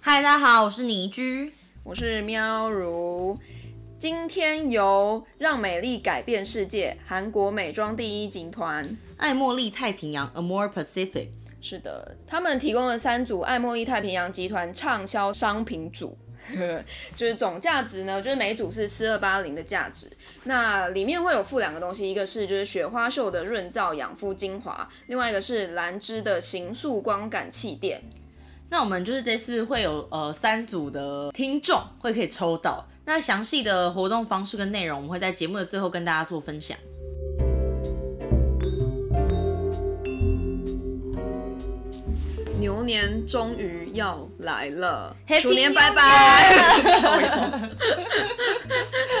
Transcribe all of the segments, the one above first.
嗨，大家好，我是倪居。我是喵如。今天由《让美丽改变世界》韩国美妆第一集团，爱茉莉太平洋 （Amor Pacific） 是的，他们提供了三组爱茉莉太平洋集团畅销商品组。 就是总价值呢，就是每组是四二八零的价值。那里面会有附两个东西，一个是就是雪花秀的润燥养肤精华，另外一个是兰芝的形塑光感气垫。那我们就是这次会有呃三组的听众会可以抽到。那详细的活动方式跟内容，我们会在节目的最后跟大家做分享。牛年终于要来了 Happy 鼠年 New 拜拜！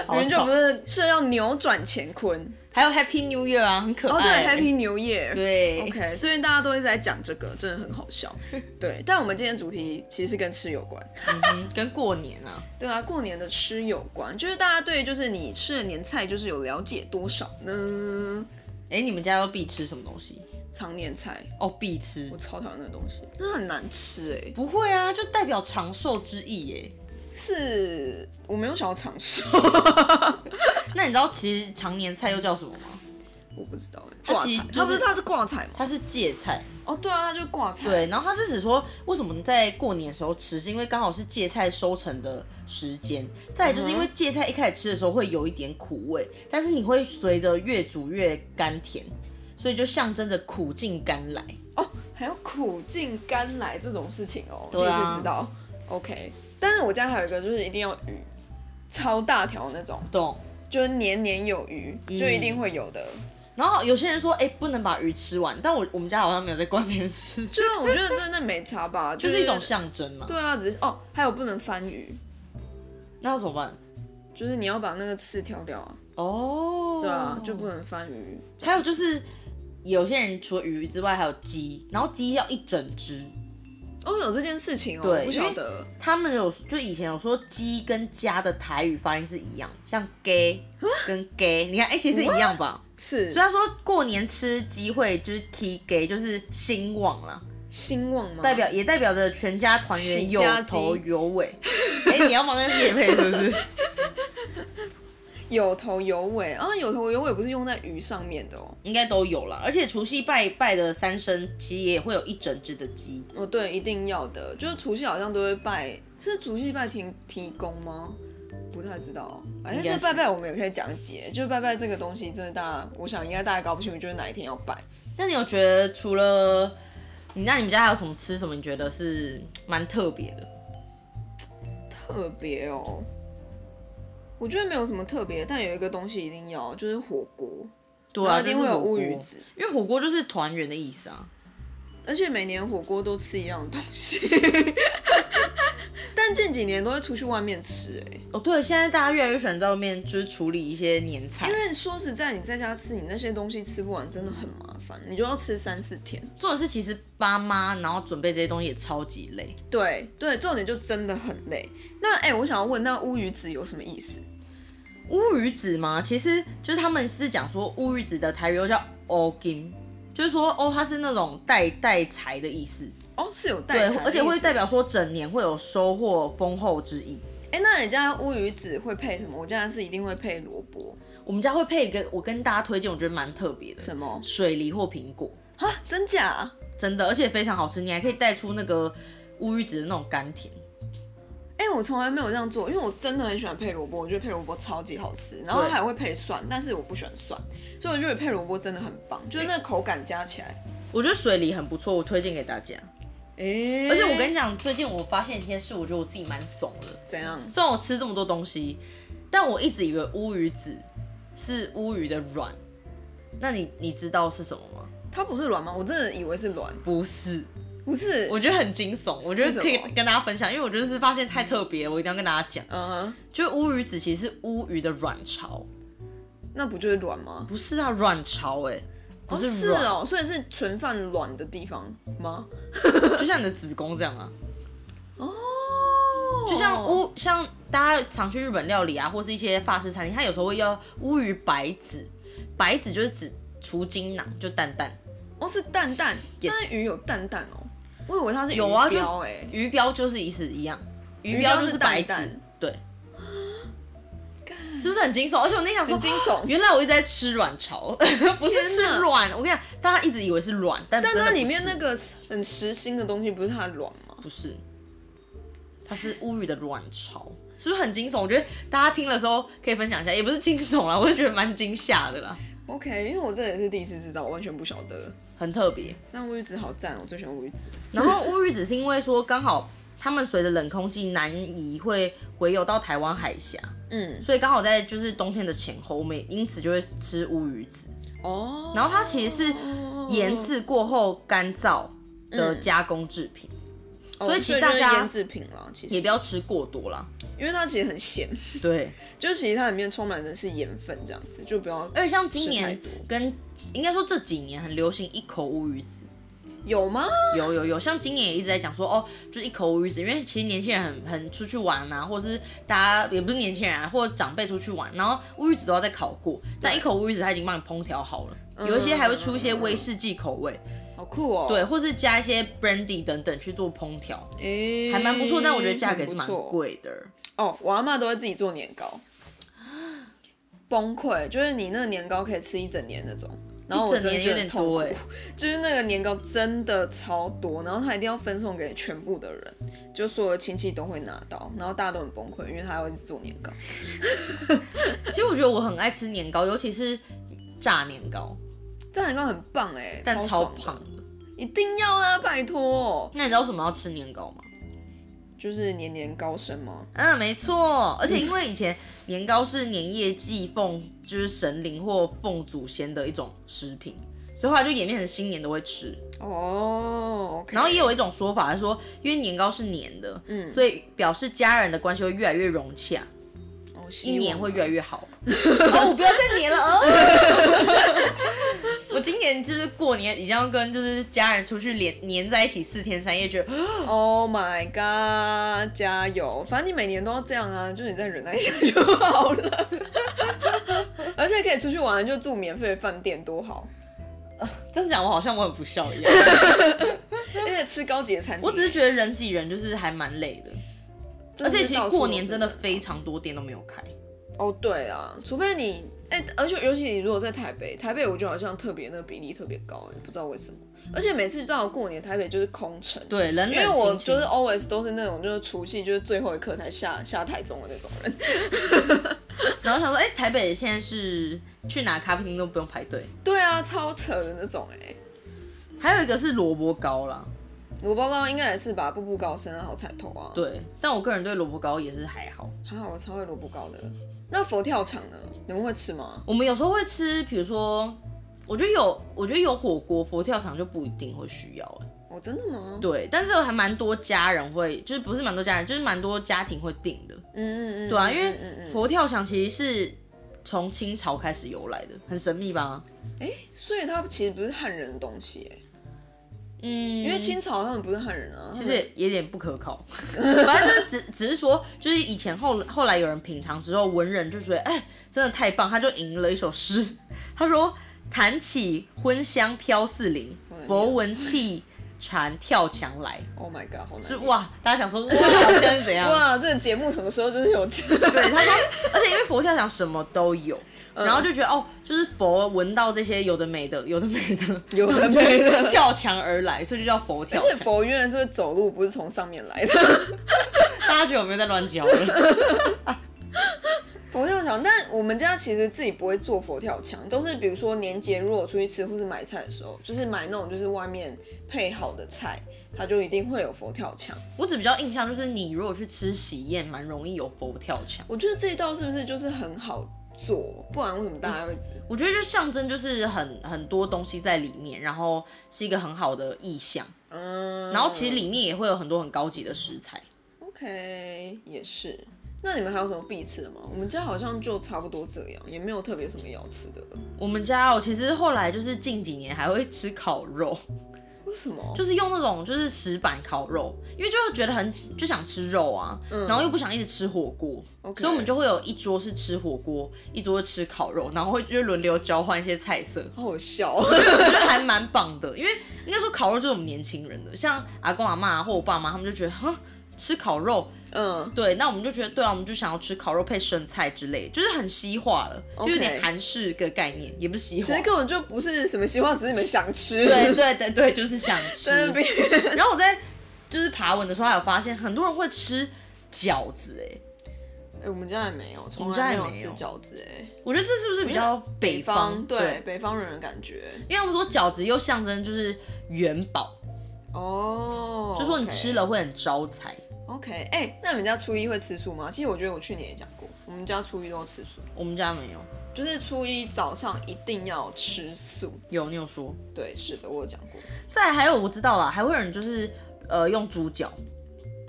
好明明就吵不是是要扭转乾坤还有 Happy New Year 啊，很可爱。哦，对，Happy New Year。对，OK，最近大家都一直在讲这个，真的很好笑。对，但我们今天主题其实是跟吃有关。嗯跟过年啊，对啊，过年的吃有关，就是大家对就是你吃的年菜就是有了解多少呢？哎、你们家都必吃什么东西？常年菜，哦，必吃我。超讨厌那个东西，真的很难吃哎、不会啊，就代表长寿之意耶。是我没有想要尝试，那你知道其实常年菜又叫什么吗？我不知道哎、它挂其彩实，就它不是是它是挂彩吗？它是芥菜。哦，对啊，它就是挂彩。对，然后他是指说，为什么在过年的时候吃，是因为刚好是芥菜收成的时间。再来就是嗯因为芥菜一开始吃的时候会有一点苦味，但是你会随着越煮越甘甜，所以就象征着苦尽甘来。哦，还有苦尽甘来这种事情哦，对啊第一次知道。OK，但是我家还有一个就是一定要鱼，超大条那种，懂？就是年年有余，就一定会有的。然后有些人说，哎、不能把鱼吃完，但我我们家好像没有在管这件事， 就是啊我觉得真的没差 吧，就是是一种象征嘛。对啊，只是哦，还有不能翻鱼，那要怎么办？就是你要把那个刺挑掉啊。哦，对啊，就不能翻鱼。还有就是，有些人除了鱼之外还有鸡，然后鸡要一整只。哦，有这件事情哦，对我不晓得。他们有就以前有说鸡跟家的台语发音是一样，像 gay 跟 gay，你看哎、其实是一样吧？是所以他说过年吃鸡会就是 T gay，就是兴旺啦，兴旺吗？代表也代表着嗯全家团圆起有家鸡头有 尾。哎、你要忙跟夜配是不是？有头有尾啊，有头有尾不是用在鱼上面的哦。 应该都有啦，而且除夕拜拜的三牲，其实也会有一整只的鸡。哦，对，一定要的。就是除夕好像都会拜，是除夕拜提提供吗？不太知道，反正应该这是拜拜我们也可以讲解。就是拜拜这个东西，真的大家，我想应该大家搞不清楚，就是哪一天要拜。那你有觉得除了你，那你们家还有什么吃什么？你觉得是蛮特别的？特别哦，我觉得没有什么特别，但有一个东西一定要，就是火锅，对啊，然后一定就是会有火乌锅鱼子，因为火锅就是团圆的意思啊。而且每年火锅都吃一样的东西， 但近几年都会出去外面吃、哎，哦，对，现在大家越来越喜欢在外面就是处理一些年菜因，为说实在，你在家吃，你那些东西吃不完，真的很麻烦，你就要吃三四天。重点是其实爸妈然后准备这些东西也超级累。对对，重点就真的很累。那哎、我想要问，那乌鱼子有什么意思？乌鱼子嘛，其实就是他们是讲说乌鱼子的台语又叫 o gin，就是说哦，它是那种带带财的意思，哦，是有对代餐，的而且会意思代表说整年会有收获丰厚之意。哎、那你家乌鱼子会配什么？我家是一定会配萝卜，我们家会配一个，我跟大家推荐，我觉得蛮特别的，什么水梨或苹果，啊？真假？真的，而且非常好吃，你还可以带出那个乌鱼子的那种甘甜。哎、我从来没有这样做，因为我真的很喜欢配萝卜，我觉得配萝卜超级好吃，然后对还会配蒜，但是我不喜欢蒜，所以我觉得配萝卜真的很棒，就是那个口感加起来。我觉得水梨很不错，我推荐给大家。哎、而且我跟你讲，最近我发现一件事，我觉得我自己蛮怂的。怎样？虽然我吃这么多东西，但我一直以为乌鱼子是乌鱼的卵。那你你知道是什么吗？它不是卵吗？我真的以为是卵，不是，不是。我觉得很惊悚，我觉得是什可以么跟大家分享，因为我觉得是发现太特别了，我一定要跟大家讲。嗯哼，就是乌鱼子其实是乌鱼的卵巢，那不就是卵吗？不是啊，卵巢哎、不哦，是是卵，哦，所以是存放卵的地方吗？就像你的子宫这样啊。哦就像乌像大家常去日本料理啊，或是一些法式餐厅，它有时候会要乌鱼白子，白子就是指除精囊，就蛋蛋。哦是蛋蛋 Yes 但是鱼有蛋蛋哦。我以为它是有啊，鱼就标哎，鱼标就是意思一样，鱼标标就是是白蛋字蛋，对，是不是很惊悚？而且我那天想说啊很惊悚原来我一直在吃卵巢， 不是吃天哪卵。我跟你讲，大家一直以为是卵，但但真的它不里面是那个很实心的东西不是它的卵吗？不是，它是乌鱼的卵巢，是不是很惊悚？我觉得大家听的时候可以分享一下，也不是惊悚啦，我就觉得蛮惊吓的啦， OK，因为我这也是第一次知道，我完全不晓得。很特别。那乌鱼子好赞，哦我最喜欢乌鱼子。然后乌鱼子是因为说刚好他们随着冷空气南移会回游到台湾海峡，嗯，所以刚好在就是冬天的前后，我们也因此就会吃乌鱼子。哦，然后它其实是腌制过后干燥的加工制品，哦，所以其实大就是家腌制品了，其实也不要吃过多啦。因为它其实很咸，对，就是其实它里面充满的是盐分，这样子就不要。而且像今吃太年多跟应该说这几年很流行一口乌鱼子。有吗？有有有，像今年也一直在讲说，哦，就是一口无鱼子，因为其实年轻人很很出去玩啊，或者是大家也不是年轻人啊，或者长辈出去玩，然后乌鱼子都要再烤过，但一口乌鱼子它已经帮你烹调好了，有一些还会出一些威士忌口味，好酷嗯哦。对，或是加一些 brandy 等等去做烹调，诶，还蛮不错，但我觉得价格也是蛮很不错贵的。哦，我阿妈都会自己做年 糕，崩溃，就是你那个年糕可以吃一整年那种。然后我一整真的年有觉得点很痛多苦欸就是那个年糕真的超多，然后他一定要分送给全部的人，就所有的亲戚都会拿到，然后大家都很崩溃，因为他要一直做年糕。其实我觉得我很爱吃年糕，尤其是炸年糕，这年糕很棒哎，但超超爽的胖，的。一定要啊，拜托，那你知道为什么要吃年糕吗？就是年年高升吗？嗯，没错，而且因为以前年糕是年夜祭奉就是神灵或奉祖先的一种食品，所以后来就演变成新年都会吃。哦，OK，然后也有一种说法是说，因为年糕是黏的，嗯，所以表示家人的关系会越来越融洽，哦一希年望会吧越来越好。 哦，我不要再黏了哦。 我今年就是过年，已经要跟就是家人出去连黏在一起四天三夜，觉得 Oh my god！加油，反正你每年都要这样啊，就是你再忍耐一下就好 了。而且可以出去玩，就住免费的饭店，多好！这样讲我好像我很不孝一样。而且吃高级的餐厅，我只是觉得人挤人就是还蛮累的。真而的是且其实到处过都年是真的人非常多店都没有开，哦，对啊，除非你哎、而且尤其你如果在台北，台北我觉得好像特别那个比例特别高、哎，不知道为什么。而且每次到了过年，台北就是空城。对，人冷因为我清就清是 always 都是那种就是除夕就是最后一刻才下下台中的那种人，然后想说，哎、台北现在是去哪咖啡厅都不用排队，对啊，超扯的那种哎、还有一个是萝卜糕啦，萝卜糕应该也是吧，步步高升啊，好彩头啊。，对，但我个人对萝卜糕也是还好。还好我超会萝卜糕的。那佛跳墙呢？你们会吃吗？我们有时候会吃，比如说，我觉得有，我觉得有火锅佛跳墙就不一定会需要、哎，哦，真的吗？对，但是还蛮多家人会，就是不是蛮多家人，就是蛮多家庭会订的，嗯嗯嗯，对啊，因嗯嗯为嗯佛跳墙其实是从清朝开始由来的，很神秘吧？嗯所以它其实不是汉人的东西哎、嗯，因为清朝他们不是汉人啊，其实也有点不可靠， 反正就是只只是说，就是以前后后来有人品尝之后，文人就觉得，哎，真的太棒，他就吟了一首诗，他说：“弹起荤香飘四邻，佛闻气蝉跳墙来。 Oh my god，好难”就念。哇，大家想说哇，现在是怎样？ 哇，这个节目什么时候就是有这？对，他说，而且因为佛跳墙什么都有，然后就觉得哦，就是佛闻到这些有的没的，有的没的， 有的没的跳墙而来，所以就叫佛而跳且墙。佛原来是会走路，不是从上面来的。大家觉得我没有在乱教了？佛跳墙，但我们家其实自己不会做佛跳墙，都是比如说年节如果出去吃或是买菜的时候，就是买那种就是外面配好的菜，它就一定会有佛跳墙。我只比较印象就是，你如果去吃喜宴，蛮容易有佛跳墙。我觉得这一道是不是就是很好做？不然为什么大家会吃？我觉得就象征就是很很多东西在里面，然后是一个很好的意象。嗯，然后其实里面也会有很多很高级的食材。 OK 也是。那你们还有什么必吃的吗？我们家好像就差不多这样，也没有特别什么要吃的了。我们家哦，其实后来就是近几年还会吃烤肉， 为什么？就是用那种就是石板烤肉，因为就觉得很就想吃肉啊，然后又不想一直吃火锅 OK 所以我们就会有一桌是吃火锅，一桌是吃烤肉，然后会就是轮流交换一些菜色，好好笑哦。我觉得还蛮棒的，因为应该说烤肉就是我们年轻人的，像阿公阿妈或我爸妈，他们就觉得哈吃烤肉， 嗯，对，那我们就觉得对啊，我们就想要吃烤肉配生菜之类，就是很西化了，就有点 OK 韩式的概念，也不是西化其实。根本就不是什么希望，只是你们想吃。对，对对对，就是想 吃。在那边然后我在就是爬文的时候，还有发现很多人会吃饺子、哎，哎、我们家也没有，我从们家来也没有没吃有饺子哎、我觉得这是不是比较北方？对北方人的感觉因为他们说饺子又象征就是元宝，哦。就说你吃了会很招财。 OK，哎、那你们家初一会吃素吗？其实我觉得我去年也讲过，我们家初一都吃素，我们家没有，就是初一早上一定要吃素。有你有说。对，是的，我有讲过再来还有我知道啦，还会有人就是呃用猪脚，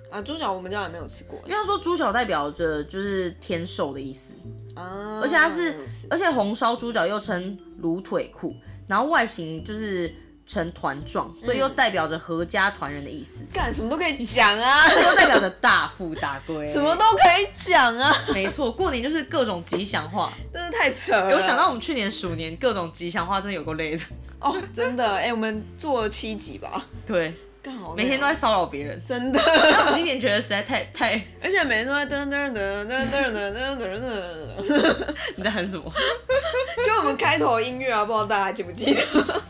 啊。猪脚我们家也没有吃过因为他说猪脚代表着就是天寿的意思，啊，而且它是没有吃，而且红烧猪脚又称卤腿裤，然后外形就是呈团状，嗯所以又代表着合家团圆的意思，干什么都可以讲啊，又代表着大富大贵。什么？都可以讲啊，没错，过年就是各种吉祥话。真的太扯了。有想到我们去年鼠年各种吉祥话，真的有够累的。哦，真的，哎、我们做了七集吧，对，干好累哦、每天都在骚扰别人。真的。但我们今年觉得实在太太……而且每天都在噔噔噔噔噔噔噔噔噔， 你在喊什么？就我们开头音乐啊，不知道大家记 不记得？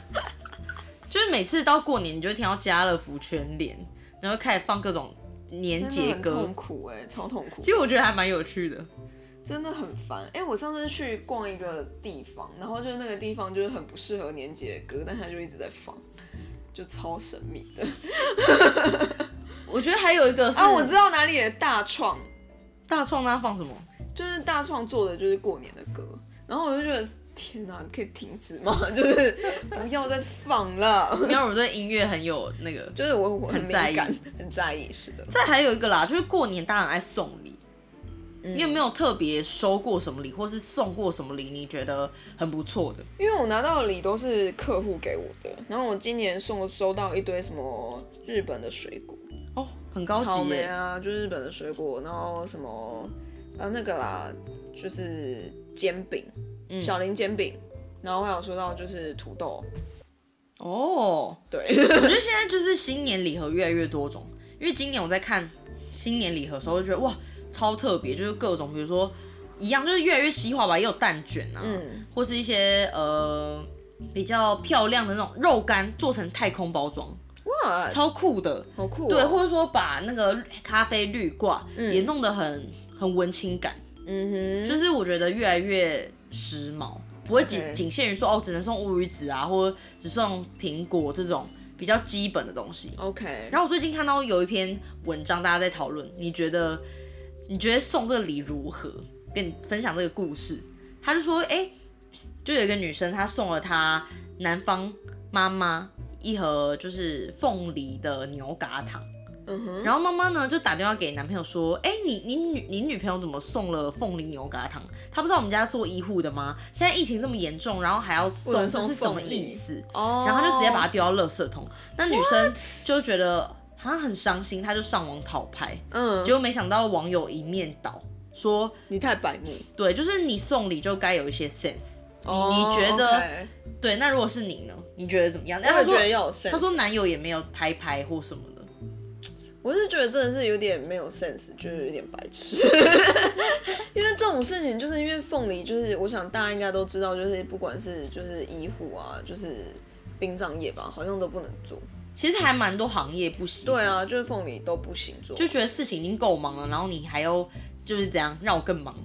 就是每次到过年，你就会听到家乐福全联，然后开始放各种年节真的很歌痛。苦哎、超痛苦其，实我觉得还蛮有趣的。真的很烦。哎、我上次去逛一个地方，然后就是那个地方就是很不适合年节的歌，但它就一直在放，就超神秘的。我觉得还有一个是 啊，我知道哪里的大创，大创那放什么？就是大创做的就是过年的歌，然后我就觉得天哪、你可以停止吗？ 就是不要再放了。 因为我对音乐很有那个。就是我我很很敏在意感，很在意，是的。再还有一个啦，就是过年大家很爱送礼。嗯你有没有特别收过什么礼，或是送过什么礼？你觉得很不错的？因为我拿到的礼都是客户给我的，然后我今年送收到一堆什么日本的水果，哦，很高草级莓耶！啊，就日本的水果，然后什么呃那个啦，就是煎饼，嗯小林煎饼，然后还有说到就是土豆，哦， 对，我觉得现在就是新年礼盒越来越多种，因为今年我在看新年礼盒的时候，就觉得哇，超特别，就是各种，比如说一样，就是越来越西化吧，也有蛋卷啊，嗯或是一些呃比较漂亮的那种肉干做成太空包装，嗯哇，超酷的。好酷、哦，对，或者说把那个咖啡绿挂、也弄得很很文青感，嗯嗯哼，就是我觉得越来越时髦，不会仅 OK 仅限于说哦只能送乌鱼子啊，或者只送苹果这种比较基本的东西。 OK，然后我最近看到有一篇文章，大家在讨论，你觉得你觉得送这个礼如何？跟你分享这个故事，他就说，哎、就有一个女生，她送了她男方妈妈一盒就是凤梨的牛轧糖，嗯哼，然后妈妈呢就打电话给男朋友说，哎、你你女你女朋友怎么送了凤梨牛轧糖？她不知道我们家做医护的吗？现在疫情这么严重，然后还要送，能这送是什么凤梨意思？哦然后他就直接把它丢到垃圾桶。那女生就觉得好像很伤心，她就上网讨拍，嗯，结果没想到网友一面倒，说你太白目，对，就是你送礼就该有一些 sense。你你哦觉得 OK 对？那如果是你呢？你觉得怎么样？我他也觉说得要有 sense。他说男友也没有拍拍或什么的，我是觉得真的是有点没有 sense，就是有点白痴。 因为这种事情，就是因为凤梨，就是我想大家应该都知道，就是不管是就是医护啊，就是殡葬业吧，好像都不能做。其实还蛮多行业不行，对啊，就是凤梨都不行做。就觉得事情已经够忙了，然后你还要就是怎样让我更忙？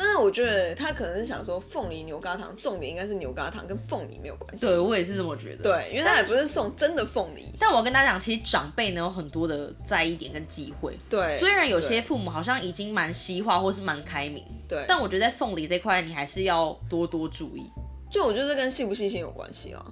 但是我觉得他可能是想说，凤梨牛轧糖重点应该是牛轧糖跟凤梨没有关系。对我也是这么觉得。。对，因为他也不是送真的凤梨。但我跟大家讲，其实长辈呢有很多的在意点跟忌讳，对，虽然有些哎对嗯父母好像已经蛮西化或是蛮开明，对，但但我觉得在送礼这块，你还是要多多注意。 就我觉得这跟细不细心有关系啊。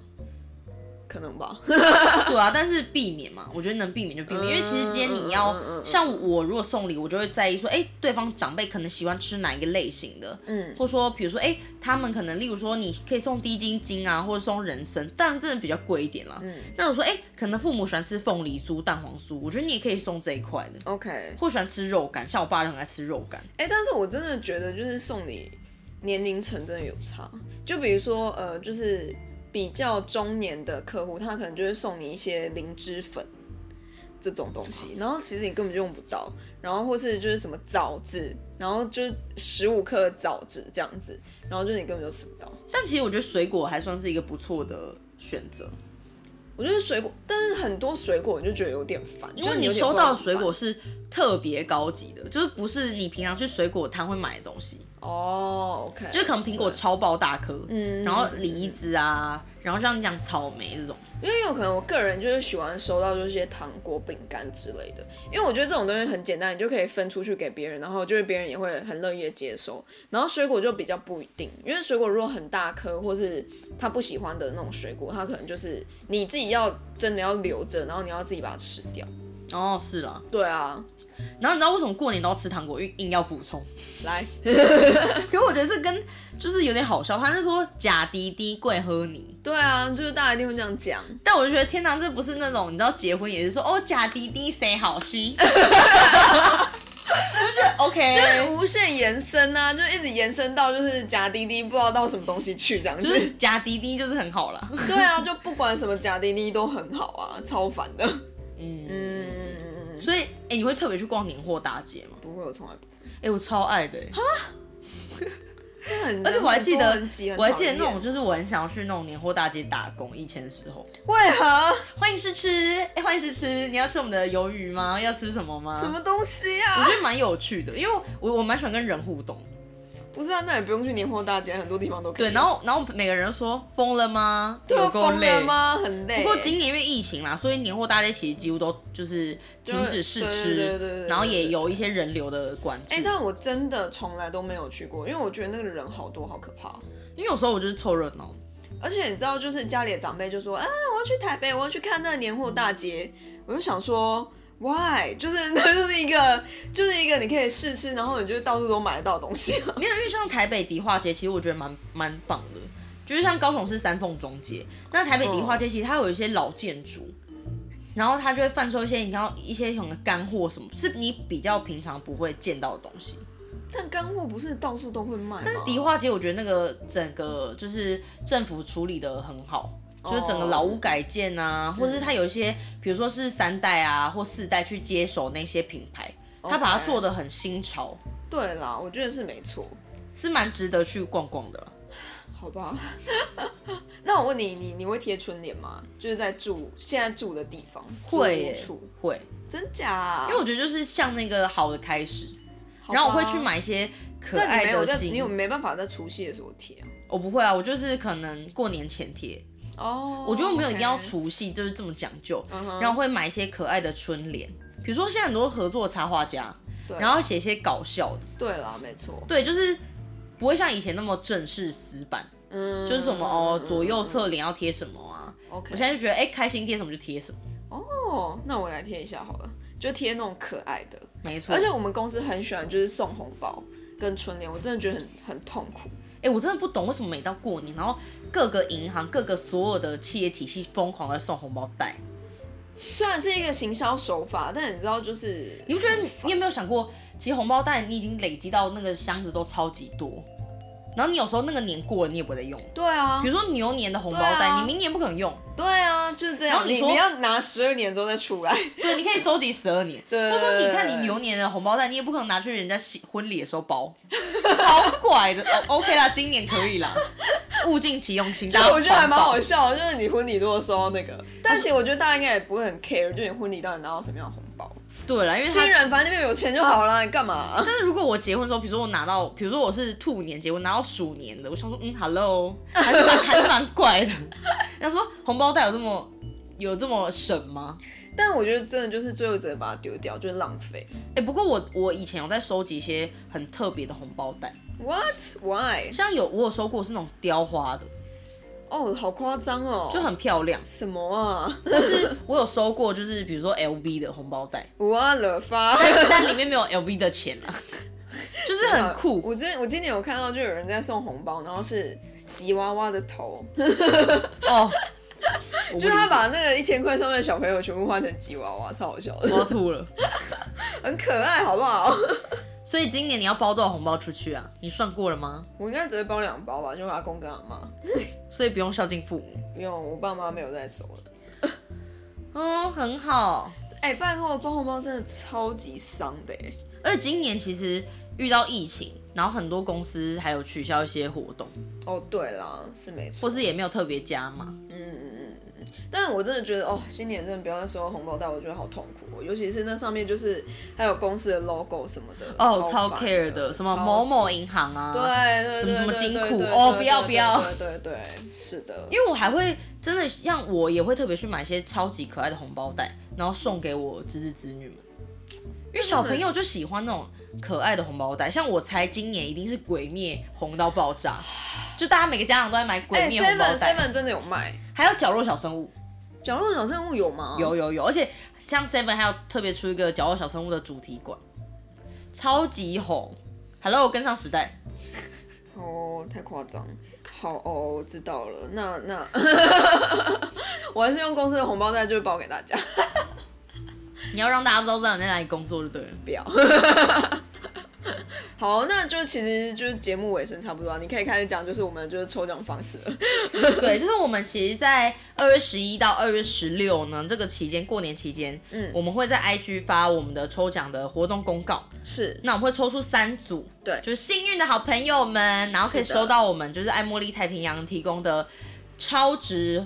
可能吧。 对啊，但是避免嘛，我觉得能避免就避免，因为其实今天你要、嗯嗯嗯嗯嗯像我如果送礼，我就会在意说，哎、对方长辈可能喜欢吃哪一个类型的，嗯，或说比如说，哎、他们可能例如说你可以送低筋筋啊，或者送人参，当然真的比较贵一点啦。嗯，那我说，哎、可能父母喜欢吃凤梨酥、蛋黄酥，我觉得你也可以送这一块的， OK，哎、或喜欢吃肉干，像我爸就很爱吃肉干，但是我真的觉得就是送礼年龄层真的有差，就比如说呃，就是比较中年的客户，他可能就会送你一些灵芝粉。这种东西，然后其实你根本就用不到，然后或是就是什么枣子，然后就是十五克枣子这样子，然后就是你根本就吃不到。但其实我觉得水果还算是一个不错的选择，我觉得水果，但是很多水果我就觉得有点烦，因为就是你有点收到不知道的水怎么果是特别高级的，就是不是你平常去水果摊会买的东西。办哦，OK，就是可能苹果超爆大颗，嗯然后梨子啊，然后像你讲草莓这种，因为有可能我个人就是喜欢收到就是一些糖果、饼干之类的，因为我觉得这种东西很简单，你就可以分出去给别人，然后就是别人也会很乐意的接收。然后水果就比较不一定，因为水果如果很大颗或是他不喜欢的那种水果，他可能就是你自己要真的要留着，然后你要自己把它吃掉。哦是啦，对啊，然后你知道为什么过年都要吃糖果，硬硬要补充？ 来，可我觉得这跟就是有点好笑，他就说假滴滴贵喝你，对啊，就是大家一定会这样讲。但我就觉得天堂这不是那种你知道结婚也是说哦假滴滴谁好 吸，我就觉得 OK，就是无限延伸啊，就一直延伸到就是假滴滴不知道到什么东西去这样子。就是假滴滴就是很好啦。对啊，就不管什么假滴滴都很好啊，超烦的。嗯，嗯，所以哎、你会特别去逛年货大街吗？不会，我从来不。哎、我超爱的、欸。很而且我还记得很急，很我还记得那讨种，厌就是我很想要去那种年货大街打工，以前的时候。为何欢迎试吃，哎、欢迎试吃，你要吃我们的鱿鱼吗？要吃什么吗？什么东西我啊？觉得蛮有趣的，因为我我蛮喜欢跟人互动。不是啊，那也不用去年货大街，很多地方都可以。对，然后然后每个人都说疯了吗？对啊，有够疯累了。吗？很不累。过今年因为疫情啦，所以年货大街其实几乎都就是停止试对对对对吃对，然后也有一些人流的管制。哎、但我真的从来都没有去过，因为我觉得那个人好多，好可怕。因为有时候我就是凑热闹，而且你知道，就是家里的长辈就说：“啊，我要去台北，我要去看那个年货大街。”我就想说，Why？就是 那就是一个就是一个你可以试吃，然后你就到处都买得到的东西。 没有，因为像台北迪化街，其实我觉得蛮蛮棒的，就是像高雄市三凤中街，那台北迪化街其实它有一些老建筑，然后它就会贩售一些你看到一些什么干货什么，是你比较平常不会见到的东西。但干货不是到处都会卖吗，但但是迪化街，我觉得那个整个就是政府处理的很好。就是整个老屋改建啊，或是它有一些，比如说是三代啊或四代去接手那些品牌，它把它 OK 做的很新潮，对啦，我觉得是没错，是蛮值得去逛逛的啦。好吧。 那我问你，你你会贴春联吗？就是在住现在住的地方，会耶住处，会，真假啊、因为我觉得就是像那个好的开始，好吧然后我会去。买一些可但你没爱有的在，信你有没办法在除夕的时候贴啊？我不会啊，我就是可能过年前贴，哦，我觉得我没有一定要 OK 除夕就是这么讲究，嗯哼然后会买一些可爱的春联，比如说现在很多合作插画家，对然后写一些搞笑的，对啦，没错，对，就是不会像以前那么正式死板，嗯，就是什么哦左右嗯。嗯嗯侧脸要贴什么啊， OK，我现在就觉得哎、开心贴什么就贴什么，哦，那我来贴一下好了，就贴那种可爱的。没错，而且我们公司很喜欢就是送红包跟春联，我真的觉得很很痛苦。哎、我真的不懂为什么每到过年，然后各个银行、各个所有的企业体系疯狂的送红包袋。虽然是一个行销手法，但你知道就是你不觉得你你有没有想过，其实红包袋你已经累积到那个箱子都超级多，然后你有时候那个年过了你也不会再用。对啊比，如说牛年的红包袋，对啊你明年不可能用，对啊，就是这然后样。你你说你要拿十二年之后再出来， 对，你可以收集十二年。对或者说你看你牛年的红包袋，你也不可能拿去人家喜婚礼的时候 包，超怪的。哦，OK 啦，今年可以啦，物尽其用，请就大家我觉得还蛮好环保笑的。就是你婚礼如果收到那个，但其实我觉得大家应该也不会很 care，就你婚礼到底拿到什么样的红包。对啦，因为它新人反正那边有钱就好啦，你干嘛、 但是如果我结婚的时候，比如说我拿到，比如说我是兔年结婚，拿到鼠年的，我想说，嗯，hello，还是蛮还是蛮怪的。 人家说红包袋有这么有这么省吗？但我觉得真的就是最后只能把它丢掉，就是浪费。哎、不过我我以前有在收集一些很特别的红包袋， What? Why? 像有我有收过是那种雕花的，哦，好夸张哦，就很漂亮。什么啊？ 我有收过，就是比如说 LV 的红包 袋，我了发。但但里面没有 LV 的钱啊，就是很酷。我今我今年有看到，就有人在送红包，然后是吉娃娃的 头，哦，就是他把那个一千块上面的小朋友全部换成吉娃娃，超 好笑的，我要吐了。很可爱，好不好？ 所以今年你要包多少红包出去啊？你算过了吗？我应该只会包两包吧，就阿公跟阿妈，所以不用孝敬父母。不用，我爸妈没有在收的。嗯，很好。哎、拜托，我包红包真的超级伤的哎。而且今年其实遇到疫情，然后很多公司还有取消一些活动，哦，对啦，是没错或。是也没有特别加码。嗯但我真的觉得哦，新年真的不要再收到红包袋，我觉得好痛苦、哦，尤其是那上面就是还有公司的 logo 什么的，哦，超超烦 care 的，什么超级某某银行啊，对对对，什么什么对金库对对哦对不要对不要对对对，对是的，因为我还会真的像我也会特别去买一些超级可爱的红包袋，然后送给我侄子侄女们，因为小朋友就喜欢那种可爱的红包袋。像我猜今年一定是鬼灭红到爆炸，就大家每个家长都在买鬼哎灭红包，seven 袋， seven 真的有卖，还有角落小生物，角落小生物有吗？有有有，而且像 seven 还有特别出一个角落小生物的主题馆，超级红。Hello，跟上时代，哦，太夸张。好哦，我知道了。那那， 我还是用公司的红包袋就包给大家，你要让大家都知道你在哪里工作就对了。 不要。 好，那就其实就是节目尾声差不多啊，你可以开始讲，就是我们就是抽奖方式了。 对，就是我们其实，在二月十一到二月十六呢这个期间，过年期间，嗯嗯，我们会在 IG 发我们的抽奖的活动公告。是，那我们会抽出三组，对就是幸运的好朋友们，然后可以是的收到我们就是爱茉莉太平洋提供的超值，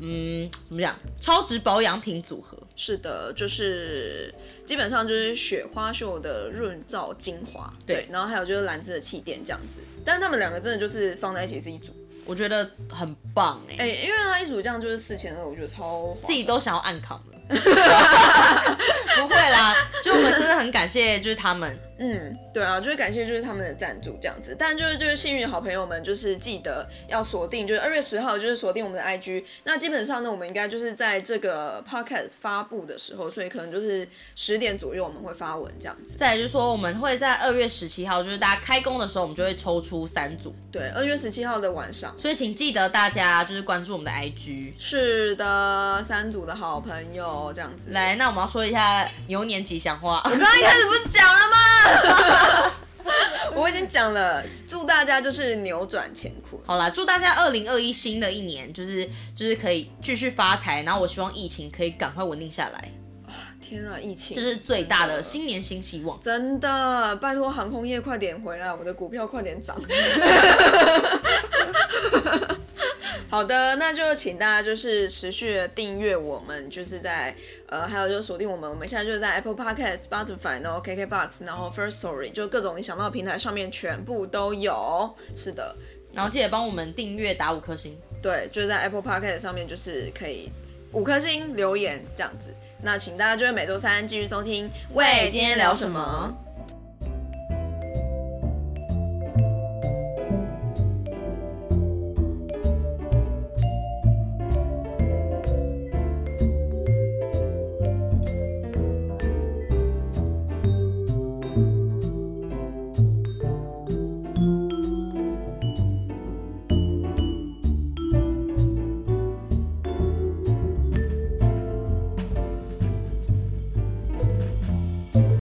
嗯，怎么讲？超值保养品组合。是的，就是基本上就是雪花秀的润燥精华，对然后还有就是兰芝的气垫这样子，但是他们两个真的就是放在一起是一组，我觉得很棒哎、哎、因为它一组这样就是四千二，我觉得超划自己算都想要暗扛了。不会啦，就我们真的很感谢，就是他们，嗯，对啊，就是感谢就是他们的赞助这样子，但就是就是幸运的好朋友们，就是记得要锁定，就是二月十号就是锁定我们的 IG。那基本上呢，我们应该就是在这个 podcast 发布的时候，所以可能就是十点左右我们会发文这样子。再来就是说，我们会在二月十七号，就是大家开工的时候，我们就会抽出三组，对，二月十七号的晚上。所以请记得大家就是关注我们的 IG。是的，三组的好朋友这样子。来，那我们要说一下牛年吉祥话，我刚刚一开始不是讲了吗？ 我已经讲了，祝大家就是扭转乾坤。好啦，祝大家二零二一新的一年就是就是可以继续发财，然后我希望疫情可以赶快稳定下来，天啊，疫情这是最大的新年新希望。真的，拜托航空业快点回来，我的股票快点涨。 好的，那就请大家就是持续的订阅我们，就是在呃，还有就是锁定我们，我们现在就是在 Apple Podcast、Spotify，然后 KKBox，然后 First Story，就各种你想到的平台上面全部都有。是的，然后记得帮我们订阅打五颗星，对，就是在 Apple Podcast 上面就是可以五颗星留言这样子。那请大家就是每周三继续收听。喂，今天聊什么？